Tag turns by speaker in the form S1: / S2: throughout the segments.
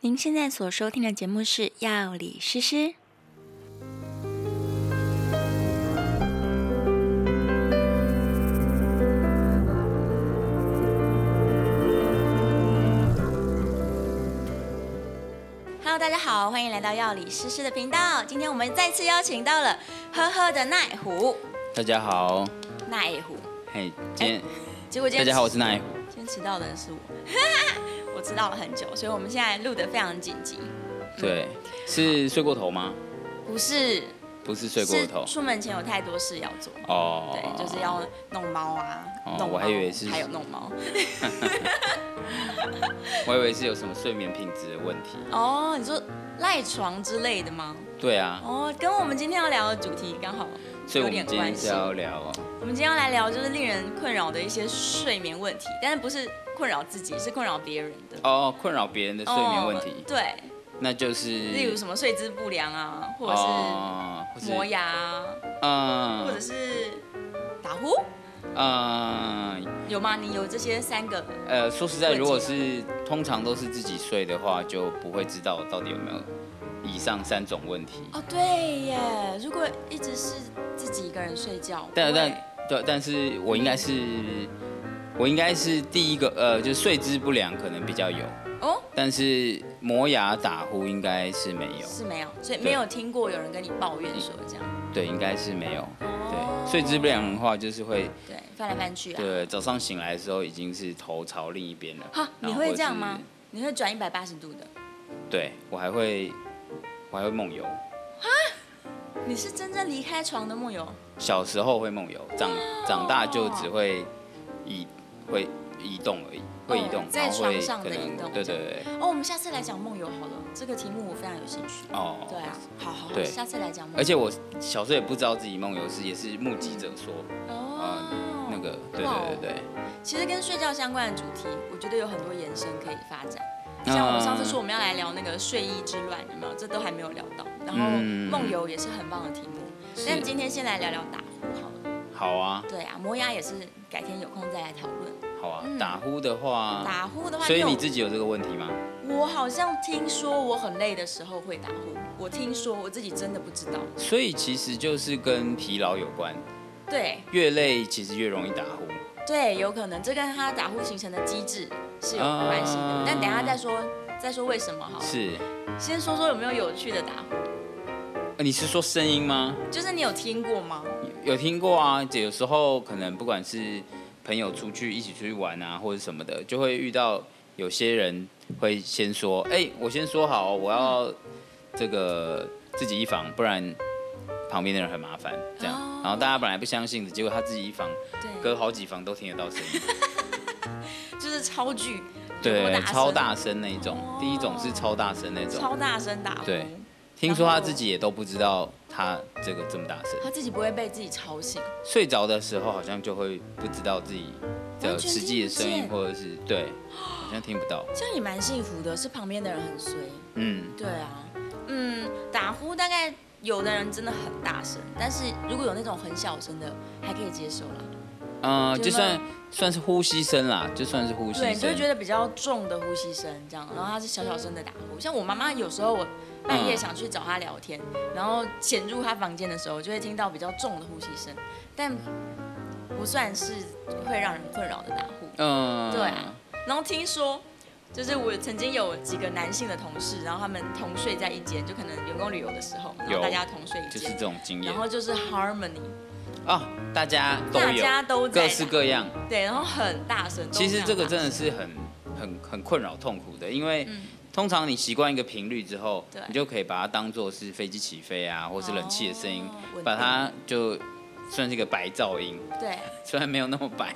S1: 您现在所收听的节目是《药理诗诗》。Hello，大家好，欢迎来到《药理诗诗》的频道。今天我们再次邀请到了呵呵的奈虎，
S2: 大家好，
S1: 奈虎。
S2: 嘿，今天、
S1: 结哎果今
S2: 大
S1: 天
S2: 家好，我是奈虎。
S1: 今天迟到的人是我， 我迟到了很久，所以我们现在录的非常紧急。嗯
S2: 对，是睡过头吗？
S1: 不是，
S2: 不是睡过头
S1: 是出门前有太多事要做。
S2: 哦
S1: 对，就是要弄猫啊，
S2: 哦
S1: 弄猫
S2: 我还以为是
S1: 还有弄猫。
S2: 我以为是有什么睡眠品质的问题。
S1: 哦，你说赖床之类的吗？
S2: 对啊，
S1: 哦，跟我们今天要聊的主题刚好
S2: 所以
S1: 有
S2: 我
S1: 点
S2: 们今天
S1: 关系
S2: 是。要聊哦
S1: 我们今天要来聊就是令人困扰的一些睡眠问题，但是不是困扰自己，是困扰别人的
S2: 哦困扰别人的睡眠问
S1: 哦
S2: 题，
S1: 对，
S2: 那就是例
S1: 例如什么睡姿不良啊，或者是
S2: 哦，或是
S1: 磨，牙啊，
S2: 嗯
S1: 或者是打呼，
S2: 嗯
S1: 有吗？你有这些三个？
S2: 呃，说实在，
S1: 问题吗
S2: 如果是通常都是自己睡的话，就不会知道到底有没有以上三种问题。
S1: 哦，对耶，如果一直是自己一个人睡觉，
S2: 但
S1: 不会
S2: 但对，但是我应该是，我应该是第一个，呃，就睡姿不良可能比较有，
S1: 哦
S2: 但是磨牙打呼应该是没有，
S1: 是没有，所以没有听过有人跟你抱怨说这样。
S2: 对，应该是没有，
S1: 哦
S2: 对，睡姿不良的话就是会，
S1: 对，翻来翻去啊。
S2: 对，早上醒来的时候已经是头朝另一边了，
S1: 哈，
S2: 然
S1: 你
S2: 后
S1: 会
S2: 或者
S1: 这样吗
S2: 是？
S1: 你会转一百八十度的？
S2: 对我还会，我还会梦游，
S1: 你是真正离开床的梦游？
S2: 小时候会梦游，长
S1: 哦
S2: 长大就只会移会移动而已，会移动
S1: 哦，在
S2: 然后会
S1: 床上的
S2: 可能
S1: 移动
S2: 对
S1: 这
S2: 对
S1: 样
S2: 对，
S1: 哦，我们下次来讲梦游好了，这个题目我非常有兴趣。
S2: 哦，
S1: 对啊，好好好，
S2: 对
S1: 下次来讲梦游。
S2: 而且我小时候也不知道自己梦游是，也是目击者说，
S1: 哦，
S2: 呃那个，对
S1: 哇哦
S2: 对对对，
S1: 其实跟睡觉相关的主题，我觉得有很多延伸可以发
S2: 嗯
S1: 展。像我们上次说我们要来聊那个睡衣之乱，有没有？这都还没有聊到。然后
S2: 嗯
S1: 梦游也是很棒的题目，但
S2: 是
S1: 今天先来聊聊打呼好了。
S2: 好啊，
S1: 对啊，磨牙也是改天有空再来讨论。
S2: 好啊
S1: 嗯，
S2: 打呼的话，
S1: 打呼的话，
S2: 啊所以
S1: 因为
S2: 你自己有这个问题吗？
S1: 我好像听说我很累的时候会打呼，我听说我自己真的不知道。
S2: 所以其实就是跟疲劳有关，
S1: 对
S2: 越累其实越容易打呼。
S1: 对，有可能这跟他打呼形成的机制是有关系的，
S2: 啊
S1: 但等一下再说。再说为什么好了，
S2: 是，
S1: 先说说有没有有趣的打呼，
S2: 呃你是说声音吗？
S1: 就是你有听过吗？
S2: 有听过啊，有时候可能不管是朋友出去一起出去玩啊，或者什么的，就会遇到有些人会先说，哎、我先说好哦，我要这个自己一房，不然旁边的人很麻烦，这样
S1: 哦。
S2: 然后大家本来不相信的，结果他自己一房，
S1: 对，
S2: 隔好几房都听得到声音，
S1: 就是超巨，多
S2: 对，
S1: 声
S2: 超大声那一种
S1: 哦。
S2: 第一种是超大声那种，
S1: 超大声打呼，
S2: 对听说他自己也都不知道他这个这么大声，
S1: 他自己不会被自己吵醒。
S2: 睡着的时候好像就会不知道自己的
S1: 完全
S2: 实际的声音
S1: 听，不
S2: 或者是对，好像听不到。
S1: 这样也蛮幸福的，是旁边的人很衰。
S2: 嗯，
S1: 对啊，嗯，打呼大概有的人真的很大声，但是如果有那种很小声的，还可以接受啦。
S2: 呃，
S1: 觉得
S2: 就算算是呼吸声啦，就算是呼吸
S1: 对，你就会
S2: 声
S1: 觉。得比较重的呼吸声这样，然后他是小小声的打呼。像我妈妈有时候我半
S2: 嗯
S1: 夜想去找她聊天，然后潜入她房间的时候，就会听到比较重的呼吸声，但不算是会让人困扰的打呼。
S2: 嗯，
S1: 对啊然后听说，就是我曾经有几个男性的同事，然后他们同睡在一间，就可能员工旅游的时候，然后
S2: 有
S1: 大家同睡一
S2: 就是
S1: 间
S2: 这，种经验
S1: 然后就是 harmony，
S2: 啊，大家都
S1: 大
S2: 有，
S1: 家都在
S2: 各式各样。
S1: 对，然后很大声。
S2: 其实这个真的
S1: 是
S2: 是很很很困扰痛苦的，因为
S1: 嗯
S2: 通常你习惯一个频率之后
S1: 对，
S2: 你就可以把它当做是飞机起飞啊，或是冷气的声音
S1: 哦稳定，
S2: 把它就算是一个白噪音，
S1: 对，
S2: 虽然没有那么白。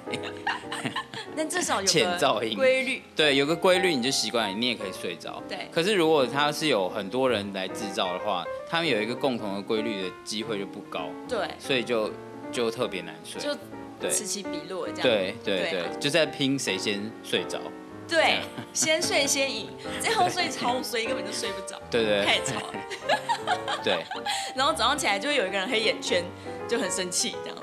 S1: 但至少有
S2: 欠
S1: 个
S2: 噪音
S1: 规律。
S2: 对，有个规律你就习惯了，你也可以睡着。
S1: 对
S2: 可是如果它是有很多人来制造的话，他们有一个共同的规律的机会就不高，
S1: 对，
S2: 所以就就特别难睡。
S1: 就
S2: 对
S1: 此起彼落这样。
S2: 对对
S1: 对啊
S2: 对，就在拼谁先睡着。
S1: 对， 先睡先赢，最后睡超衰，根本就睡不着，
S2: 对
S1: 太
S2: 对
S1: 吵了。
S2: 对。
S1: 然后早上起来就会有一个人黑眼圈，就很生气这样。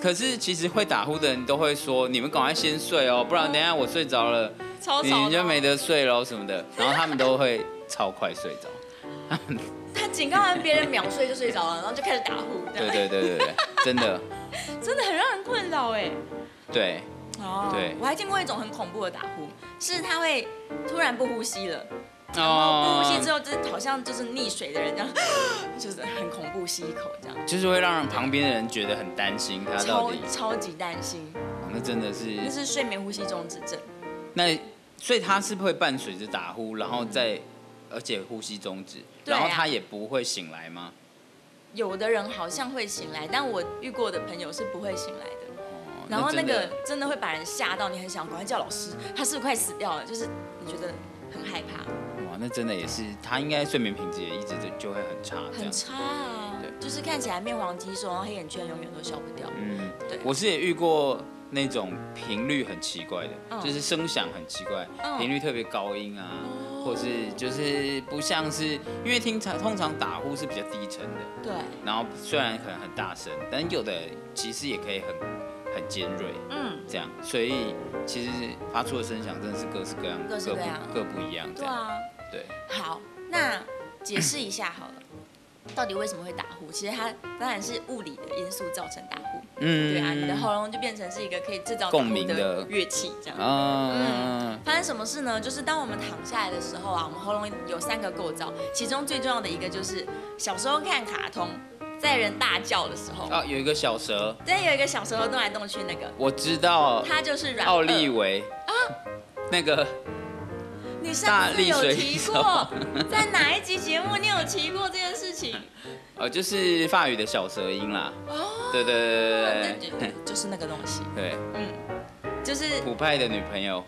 S2: 可是其实会打呼的人都会说，你们赶快先睡哦，不然等一下我睡着了，
S1: 超吵的哦。
S2: 你就没得睡喽什么的，然后他们都会超快睡着。
S1: 他警告完别人秒睡就睡着了，然后就开始打呼，这
S2: 对
S1: 样
S2: 对对对对，真的，
S1: 真的很让人困扰哎。
S2: 对，
S1: 哦
S2: 对
S1: 我还见过一种很恐怖的打呼，是他会突然不呼吸了，不
S2: 哦
S1: 呼吸之后就是好像就是溺水的人这样， 就是很恐怖，吸一口这样，
S2: 哦就是会让人旁边的人觉得很担心他到
S1: 超
S2: 底，
S1: 超级担心，
S2: 哦那真的是
S1: 那是睡眠呼吸中止症。
S2: 那，所以他是会伴随着打呼，然后再而且呼吸终止，
S1: 对
S2: 然后
S1: 啊
S2: 他也不会醒来吗？
S1: 有的人好像会醒来，但我遇过的朋友是不会醒来的。
S2: 哦
S1: 然后那
S2: 真的
S1: 个真的会把人吓到，你很想赶快叫老师，他是不是快死掉了？就是你觉得很害怕，
S2: 哇，那真的也是，他应该睡眠品质也一直就就会很差这
S1: 很
S2: 样。
S1: 差啊
S2: 对。
S1: 就是看起来面黄肌瘦，然后黑眼圈永远都消不掉。
S2: 嗯
S1: 对，
S2: 我是也遇过那种频率很奇怪的，
S1: 嗯
S2: 就是声响很奇怪，
S1: 嗯
S2: 频率特别高音啊，
S1: 哦
S2: 或是就是不像是，因为听常通常打呼是比较低沉的，
S1: 对，
S2: 然后虽然可能很大声，但有的其实也可以很很尖锐
S1: 嗯，
S2: 这样，所以其实发出的声响真的是各式各样，
S1: 各式各样
S2: 各不各不一样这
S1: 对
S2: 样，
S1: 啊。
S2: 对，
S1: 好，那解释一下好了，到底为什么会打呼？其实它当然是物理的因素造成打呼。
S2: 嗯
S1: 对啊，你的喉咙就变成是一个可以制造打呼
S2: 共鸣
S1: 的
S2: 的
S1: 乐器，这样。
S2: 啊，
S1: 发生什么事呢？就是当我们躺下来的时候啊，我们喉咙有三个构造，其中最重要的一个就是小时候看卡通，在人大叫的时候，
S2: 啊，有一个小蛇，
S1: 对，有一个小时候动来动去那个，
S2: 我知道，
S1: 它啊就是软腭
S2: 奥利维那个
S1: 你上次有提过
S2: 大，
S1: 在哪一集节目你有提过这件事情？
S2: 呃，就是法语的小舌音啦。
S1: 哦，
S2: 对对对
S1: 那
S2: 对
S1: 就
S2: 对
S1: 就是那个东西，
S2: 对，
S1: 嗯，就是
S2: 普派的女朋友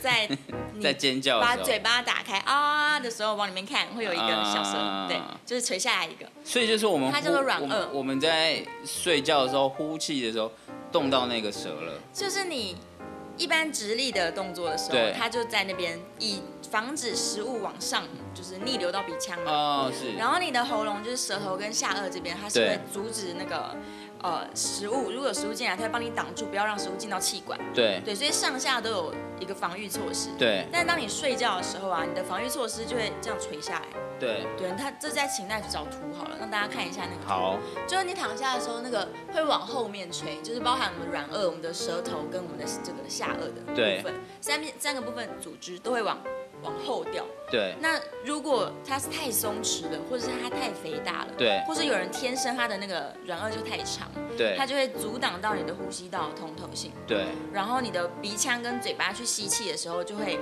S1: 在你
S2: 在尖叫
S1: 把
S2: 的时
S1: 嘴
S2: 候，
S1: 巴打开啊的时候，往里面看会有一个小舌
S2: 啊，
S1: 对，就是垂下来一个，
S2: 所以就是我们
S1: 它
S2: 呼
S1: 叫做软
S2: 我们
S1: 腭
S2: 我们在睡觉的时候呼气的时候动到那个舌了。
S1: 就是你一般直立的动作的时候
S2: 对，
S1: 它就在那边以防止食物往上就是逆流到鼻腔嘛。
S2: 哦，是。
S1: 然后你的喉咙就是舌头跟下颚这边，它是
S2: 对
S1: 会阻止那个呃食物，如果有食物进来，它会帮你挡住，不要让食物进到气管。
S2: 对
S1: 对，所以上下都有一个防御措施。。
S2: 对
S1: 但当你睡觉的时候啊，你的防御措施就会这样垂下来。
S2: 对，
S1: 对，它这在请大夫找图好了，让大家看一下那个。
S2: 好，
S1: 就是你躺下的时候，那个会往后面吹，就是包含我们软腭、我们的舌头跟我们的这个下颚的
S2: 对
S1: 部分，三面三个部分组织都会往往后掉。
S2: 对
S1: 那如果它是太松弛了，或者是它太肥大了，
S2: 对
S1: 或是有人天生他的那个软腭就太长，
S2: 对
S1: 它就会阻挡到你的呼吸道的通透性，
S2: 对
S1: 然后你的鼻腔跟嘴巴去吸气的时候就会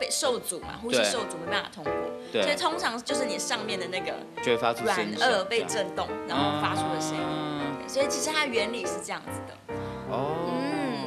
S1: 被受阻嘛，呼吸
S2: 对
S1: 受阻没办法通过，所以
S2: 对，
S1: 通常就是你上面的那个
S2: 就会发出
S1: 软
S2: 声响
S1: 腭被
S2: 这样嗯
S1: 震动，然后发出的声音。
S2: 啊
S1: 所以其实它原理是这样子的，
S2: 哦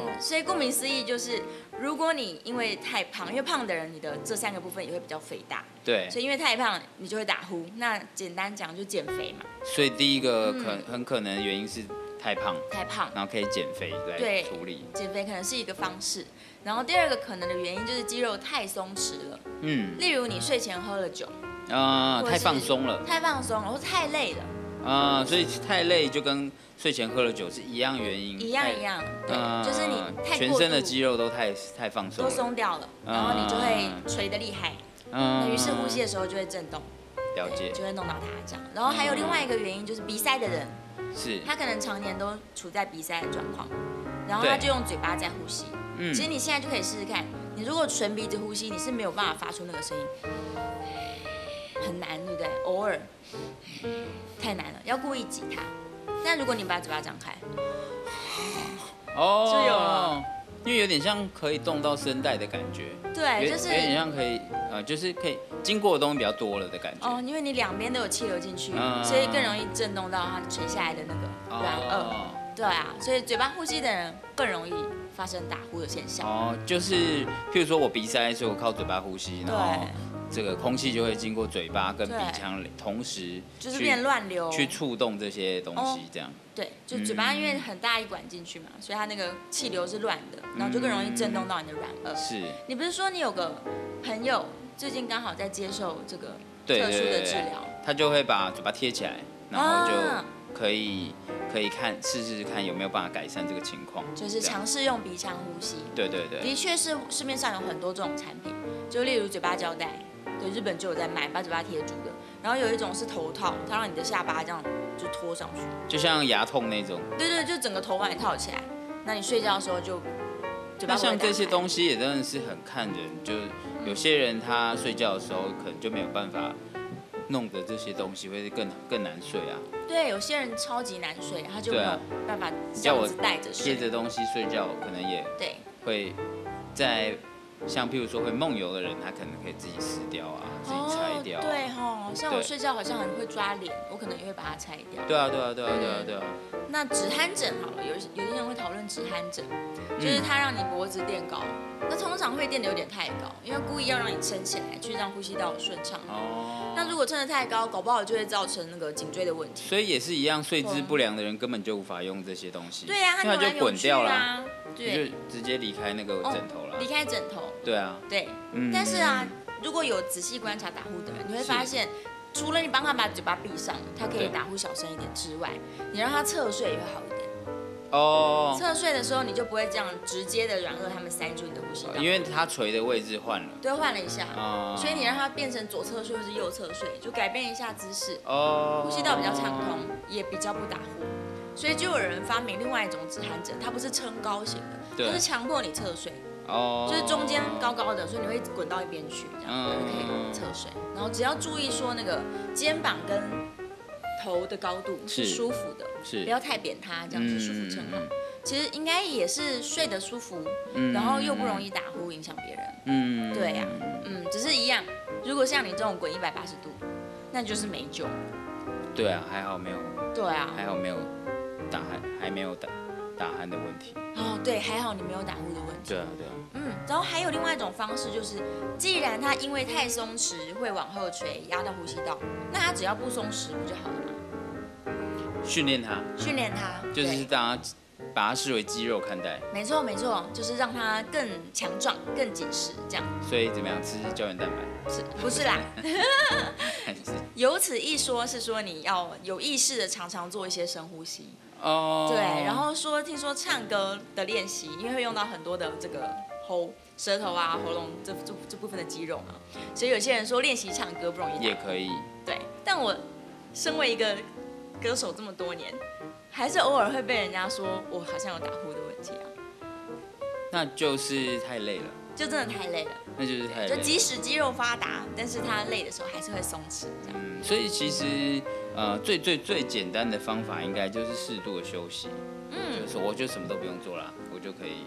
S1: 嗯，，所以顾名思义就是，如果你因为太胖，因为胖的人你的这三个部分也会比较肥大，
S2: 对，
S1: 所以因为太胖你就会打呼。那简单讲就减肥嘛，
S2: 所以第一个可
S1: 嗯
S2: 很可能原因是太胖，
S1: 太胖，
S2: 然后可以减肥来
S1: 对
S2: 处理。
S1: 减肥可能是一个方式。然后第二个可能的原因就是肌肉太松弛了，
S2: 嗯
S1: 例如你睡前喝了酒，
S2: 啊，
S1: 或
S2: 太
S1: 是
S2: 放松了。
S1: 太放松了，或太累了，
S2: 啊、所以太累就跟睡前喝了酒是一样原因，
S1: 一样
S2: 太
S1: 一，样，对，
S2: 嗯
S1: 就是你太
S2: 全
S1: 过
S2: 身的
S1: 度
S2: 肌肉都太太放松
S1: 都
S2: 了，
S1: 松掉了，然后你就会垂的厉害，那
S2: 嗯
S1: 于是呼吸的时候就会震动。
S2: 了
S1: 对
S2: 解
S1: 就会弄到他这样。然后还有另外一个原因就是鼻塞的人，
S2: 是，
S1: 他可能常年都处在鼻塞的状况，然后
S2: 对
S1: 他就用嘴巴在呼吸。
S2: 嗯
S1: 其实你现在就可以试试看，你如果纯鼻子呼吸，你是没有办法发出那个声音，很难，对不对？偶尔太难了，要故意挤它。但如果你把嘴巴张开，
S2: 哦，
S1: 就有了
S2: 因为有点像可以动到声带的感觉，
S1: 对，
S2: 有
S1: 哎就是
S2: 有点像可以呃，就是可以经过的东西比较多了的感觉，
S1: 哦，因为你两边都有气流进去，
S2: 嗯
S1: 所以更容易震动到它垂下来的那个
S2: 哦
S1: 软腭。对啊，所以嘴巴呼吸的人更容易发生打呼的现象。
S2: 哦，就是譬如说我鼻塞，所以我靠嘴巴呼吸，然后这个空气就会经过嘴巴跟鼻
S1: 对
S2: 腔同时
S1: 就是
S2: 去
S1: 变乱流，
S2: 去触动这些东
S1: 哦
S2: 西，这样。
S1: 对，就嘴巴
S2: 嗯
S1: 因为很大一管进去嘛，所以它那个气流是乱的，然后就更容易震动到你的软腭。
S2: 是，
S1: 你不是说你有个朋友最近刚好在接受这个
S2: 对
S1: 特殊
S2: 对
S1: 的
S2: 对
S1: 治疗，
S2: 他就会把嘴巴贴起来，然后就
S1: 啊
S2: 可以可以看试试看有没有办法改善这个情况，
S1: 就是
S2: 这样
S1: 尝试用鼻腔呼吸。
S2: 对对对
S1: 的确是市面上有很多这种产品，就例如嘴巴胶带，对，日本就有在卖，把嘴巴贴住的。然后有一种是头套，它让你的下巴这样就拖上去，
S2: 就像牙痛那种，
S1: 对对，就整个头把你套起来。那你睡觉的时候就嘴巴
S2: 那
S1: 不会
S2: 像
S1: 打
S2: 这些
S1: 开
S2: 东西也真的是很看人，就有些人他睡觉的时候可能就没有办法弄得这些东西会更更难睡啊。
S1: 对，有些人超级难睡，他就没
S2: 对啊
S1: 有办法这
S2: 叫
S1: 样
S2: 我
S1: 子带着睡。
S2: 贴着东西睡觉，可能也
S1: 对，
S2: 会在像譬如说会梦游的人，他可能可以自己撕掉啊，自己拆掉、啊。
S1: 对哦，像我
S2: 对
S1: 睡觉好像很会抓脸，我可能也会把它拆掉。
S2: 对啊，对啊，对啊，对啊，对啊。
S1: 那止鼾枕好了，有有些人会讨论止鼾枕，就是
S2: 嗯
S1: 它让你脖子垫高，那通常会垫的有点太高，因为故意要让你撑起来，去让呼吸道顺畅。
S2: 哦。
S1: 那如果撑得太高，搞不好就会造成那个颈椎的问题。
S2: 所以也是一样，睡姿不良的人根本就无法用这些东西。
S1: 对呀、啊，
S2: 因
S1: 它扭
S2: 为他
S1: 来
S2: 就
S1: 扭
S2: 滚
S1: 去
S2: 掉啦，
S1: 啊，
S2: 就
S1: 对，哦
S2: 直接离开那个枕头了
S1: 离。开枕头，
S2: 对啊，
S1: 对。
S2: 嗯。
S1: 但是啊，如果有仔细观察打呼的人，你会
S2: 是
S1: 发现，除了你帮他把嘴巴闭上，他可以
S2: 对
S1: 打呼小声一点之外，你让他侧睡也会好一点。
S2: 哦，
S1: 侧睡的时候，你就不会这样直接的软腭他们塞住你的呼吸道，
S2: 因为他垂的位置换了。
S1: 对，换了一下，
S2: 啊、
S1: 所以你让它变成左侧睡或是右侧睡，就改变一下姿势，
S2: 哦，
S1: 呼吸道比较畅通，也比较不打呼。所以就有人发明另外一种止鼾枕，它不是撑高型的，
S2: 对
S1: 它是强迫你侧睡，
S2: 哦，
S1: 就是中间高高的，所以你会滚到一边去，这样
S2: 嗯
S1: 就可以侧睡。然后只要注意说那个肩膀跟头的高度是
S2: 是
S1: 舒服的，
S2: 是
S1: 不要太扁塌，这样子舒服撑好。其实应该也是睡得舒服，
S2: 嗯
S1: 然后又不容易打呼影响别人。
S2: 嗯，
S1: 对呀、嗯，只是一样。如果像你这种滚一百八十度，那就是没救。
S2: 对啊，还好没有，
S1: 对啊，
S2: 还好没有打鼾，还没有打打鼾的问题。
S1: 哦对，还好你没有打呼的问题。
S2: 对啊，对啊，
S1: 嗯，然后还有另外一种方式就是，既然它因为太松弛会往后垂，压到呼吸道，那它只要不松弛不就好了吗？
S2: 训练它
S1: 训练它，
S2: 就是
S1: 对
S2: 大家把它视为肌肉看待，
S1: 没错没错，就是让它更强壮、更紧实，这样
S2: 所以怎么样吃胶原蛋白？
S1: 是不是 啦？
S2: 还是
S1: 由此一说，是说你要有意识的常常做一些深呼吸。
S2: 哦，
S1: 对，然后说听说唱歌的练习，因为会用到很多的这个喉、舌头啊、喉咙这这这部分的肌肉嘛，所以有些人说练习唱歌不容易
S2: 也
S1: 打。
S2: 可以，
S1: 对，但我身为一个歌手这么多年，还是偶尔会被人家说我好像有打呼的问题啊，
S2: 那就是太累了，
S1: 就真的太累了。
S2: 那就是太累
S1: 就
S2: 了。
S1: 即使肌肉发达，但是他累的时候还是会松弛这样。
S2: 嗯所以其实呃，最最最简单的方法应该就是适度的休息，
S1: 嗯，
S2: 就是我就什么都不用做啦，我就可以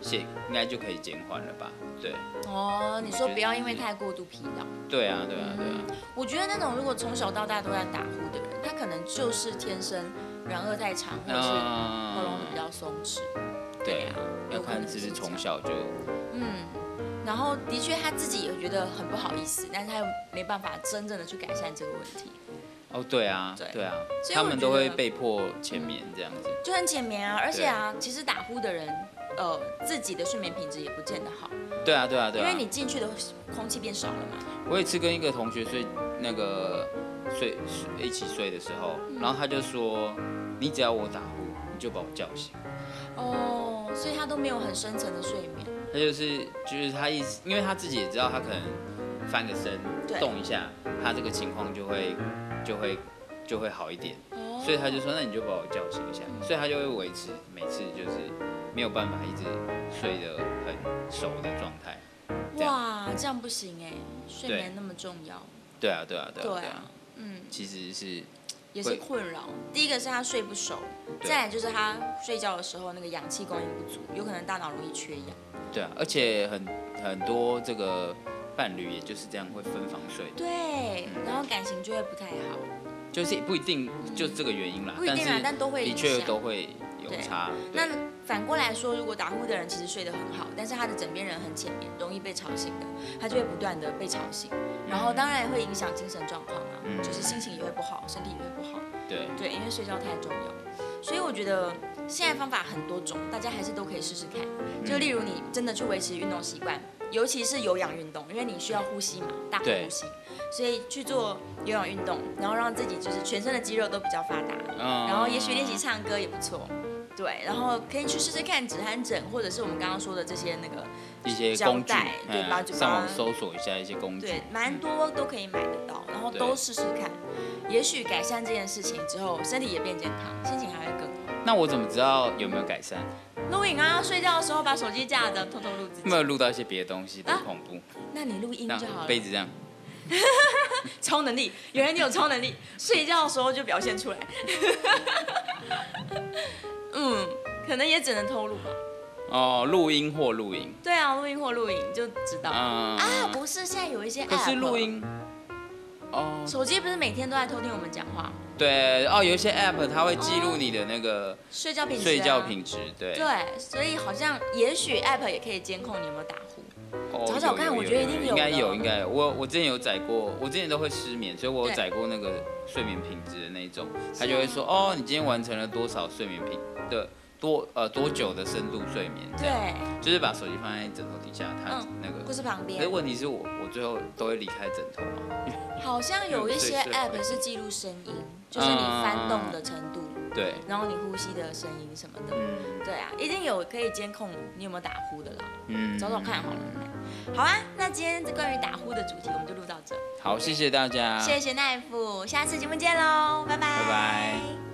S2: 卸，应该就可以减缓了吧？对，
S1: 哦，你说不要因为太过度疲劳。
S2: 对啊，对啊，对啊。
S1: 我觉得那种如果从小到大都在打呼的人，他可能就是天生软腭太长，或者是喉咙比
S2: 那
S1: 较松弛。
S2: 嗯对
S1: 啊
S2: 啊，，
S1: 有
S2: 要
S1: 可能
S2: 看是不是
S1: 这样
S2: 从。小就
S1: 嗯，然后的确他自己也觉得很不好意思，但是他又没办法真正的去改善这个问题。
S2: 哦，对啊
S1: 对，
S2: 对啊
S1: 所，以
S2: 他
S1: 我
S2: 们
S1: 觉
S2: 都会
S1: 得
S2: 被迫前面这样子。
S1: 就很浅眠啊，而且啊，其实打呼的人，呃，自己的睡眠品质也不见得好，
S2: 对啊，对啊，对
S1: 因
S2: 啊
S1: 为。你进去的空气变少了嘛。
S2: 我有一次跟一个同学睡那个睡睡一起睡的时候，
S1: 嗯
S2: 然后他就说，你只要我打呼，你就把我叫醒。
S1: 哦，所以他都没有很深层的睡眠。
S2: 他就是就是他一直，因为他自己也知道，他可能翻个身
S1: 对
S2: 动一下，他这个情况就会就会就会好一点，
S1: 哦，
S2: 所以他就说那你就把我叫醒一下，
S1: 嗯
S2: 所以他就会维持每次就是没有办法一直睡得很熟的状态。这样
S1: 哇，这样不行哎，睡
S2: 对
S1: 眠那么重要。
S2: 对啊，对啊，对
S1: 对
S2: 啊，对
S1: 啊
S2: 啊，，
S1: 嗯，
S2: 其实是
S1: 也是
S2: 会
S1: 困扰。第一个是他睡不熟，
S2: 对
S1: 再来就是他睡觉的时候那个氧气供应不足，有可能大脑容易缺氧。
S2: 对啊，而且很很多这个伴侣也就是这样会分房睡，
S1: 对，然后感情就会不太好，
S2: 就是不一定就这个原因啦，
S1: 嗯不一定啊，
S2: 啊但
S1: 但
S2: 是
S1: 都会
S2: 的
S1: 影
S2: 确
S1: 响。
S2: 都会有
S1: 对
S2: 差。对
S1: 那反过来说，如果打呼的人其实睡得很好，但是他的枕边人很浅眠，容易被吵醒的，他就会不断的被吵醒，然后当然也会影响精神状况啊，
S2: 嗯
S1: 就是心情也会不好，身体也会不好。
S2: 对
S1: 对，因为睡觉太重要，所以我觉得
S2: 嗯
S1: 现在方法很多种，大家还是都可以试试看。就例如你真的去维持运动习惯，尤其是有氧运动，因为你需要呼吸嘛，大口
S2: 对
S1: 呼吸，所以去做有氧运动，然后让自己就是全身的肌肉都比较发达，
S2: 嗯
S1: 然后也许练习唱歌也不错，对，然后可以去试试看止鼾枕，或者是我们刚刚说的这些那个，
S2: 一些
S1: 胶
S2: 工具
S1: 带，对
S2: 嗯
S1: 把就把
S2: 上网搜索一下一些工具，
S1: 对，蛮多都可以买得到，然后
S2: 对
S1: 都试试看，也许改善这件事情之后，身体也变健康，心情还会更好。
S2: 那我怎么知道有没有改善？
S1: 录影啊，睡觉的时候把手机架着，偷偷录自
S2: 有没
S1: 己。
S2: 有录到一些别的东西？多
S1: 啊
S2: 恐怖！
S1: 那你录音
S2: 那
S1: 就好了。
S2: 杯子这样，
S1: 超能力，原来你有超能力，睡觉的时候就表现出来。 嗯，可能也只能偷录吧。
S2: 哦，录音或录音，
S1: 对啊，录音或录影就知道。
S2: 嗯，
S1: 啊，不是，现在有一些 app，
S2: 可是录，音，哦，
S1: 手机不是每天都在偷听我们讲话，
S2: 对，哦，有一些 app 它会记录你的那个
S1: 睡觉品质、啊，
S2: 睡觉。品质，对，
S1: 对，啊所以好像也许 app 也可以监控你有没有打呼。
S2: 哦
S1: 找找看
S2: 有有
S1: 我觉得一
S2: 有
S1: 定
S2: 应该
S1: 有的
S2: 有，应该有。我我之前有载过，我之前都会失眠，所以我有
S1: 对
S2: 载过那个睡眠品质的那一种，他
S1: 是
S2: 就会
S1: 吗
S2: 说，哦，你今天完成了多少睡眠品的多呃多久的深度睡眠，这样，
S1: 对，
S2: 就是把手机放在枕头底下，它
S1: 嗯
S2: 那
S1: 或
S2: 个。
S1: 是旁
S2: 可是
S1: 边，
S2: 问题是我我最后都会离开枕头嘛，
S1: 好像有一些
S2: 对是
S1: app 是记录声音，就是你翻动的程度，
S2: 对，
S1: 然后你呼吸的声音什么的。
S2: 嗯
S1: 对啊，一定有可以监控你有没有打呼的啦，
S2: 嗯，
S1: 找找看好了。好啊，那今天关于打呼的主题我们就录到这，
S2: 好，谢谢大家，啊
S1: 谢谢奈夫，下次节目见喽，拜拜，
S2: 拜拜。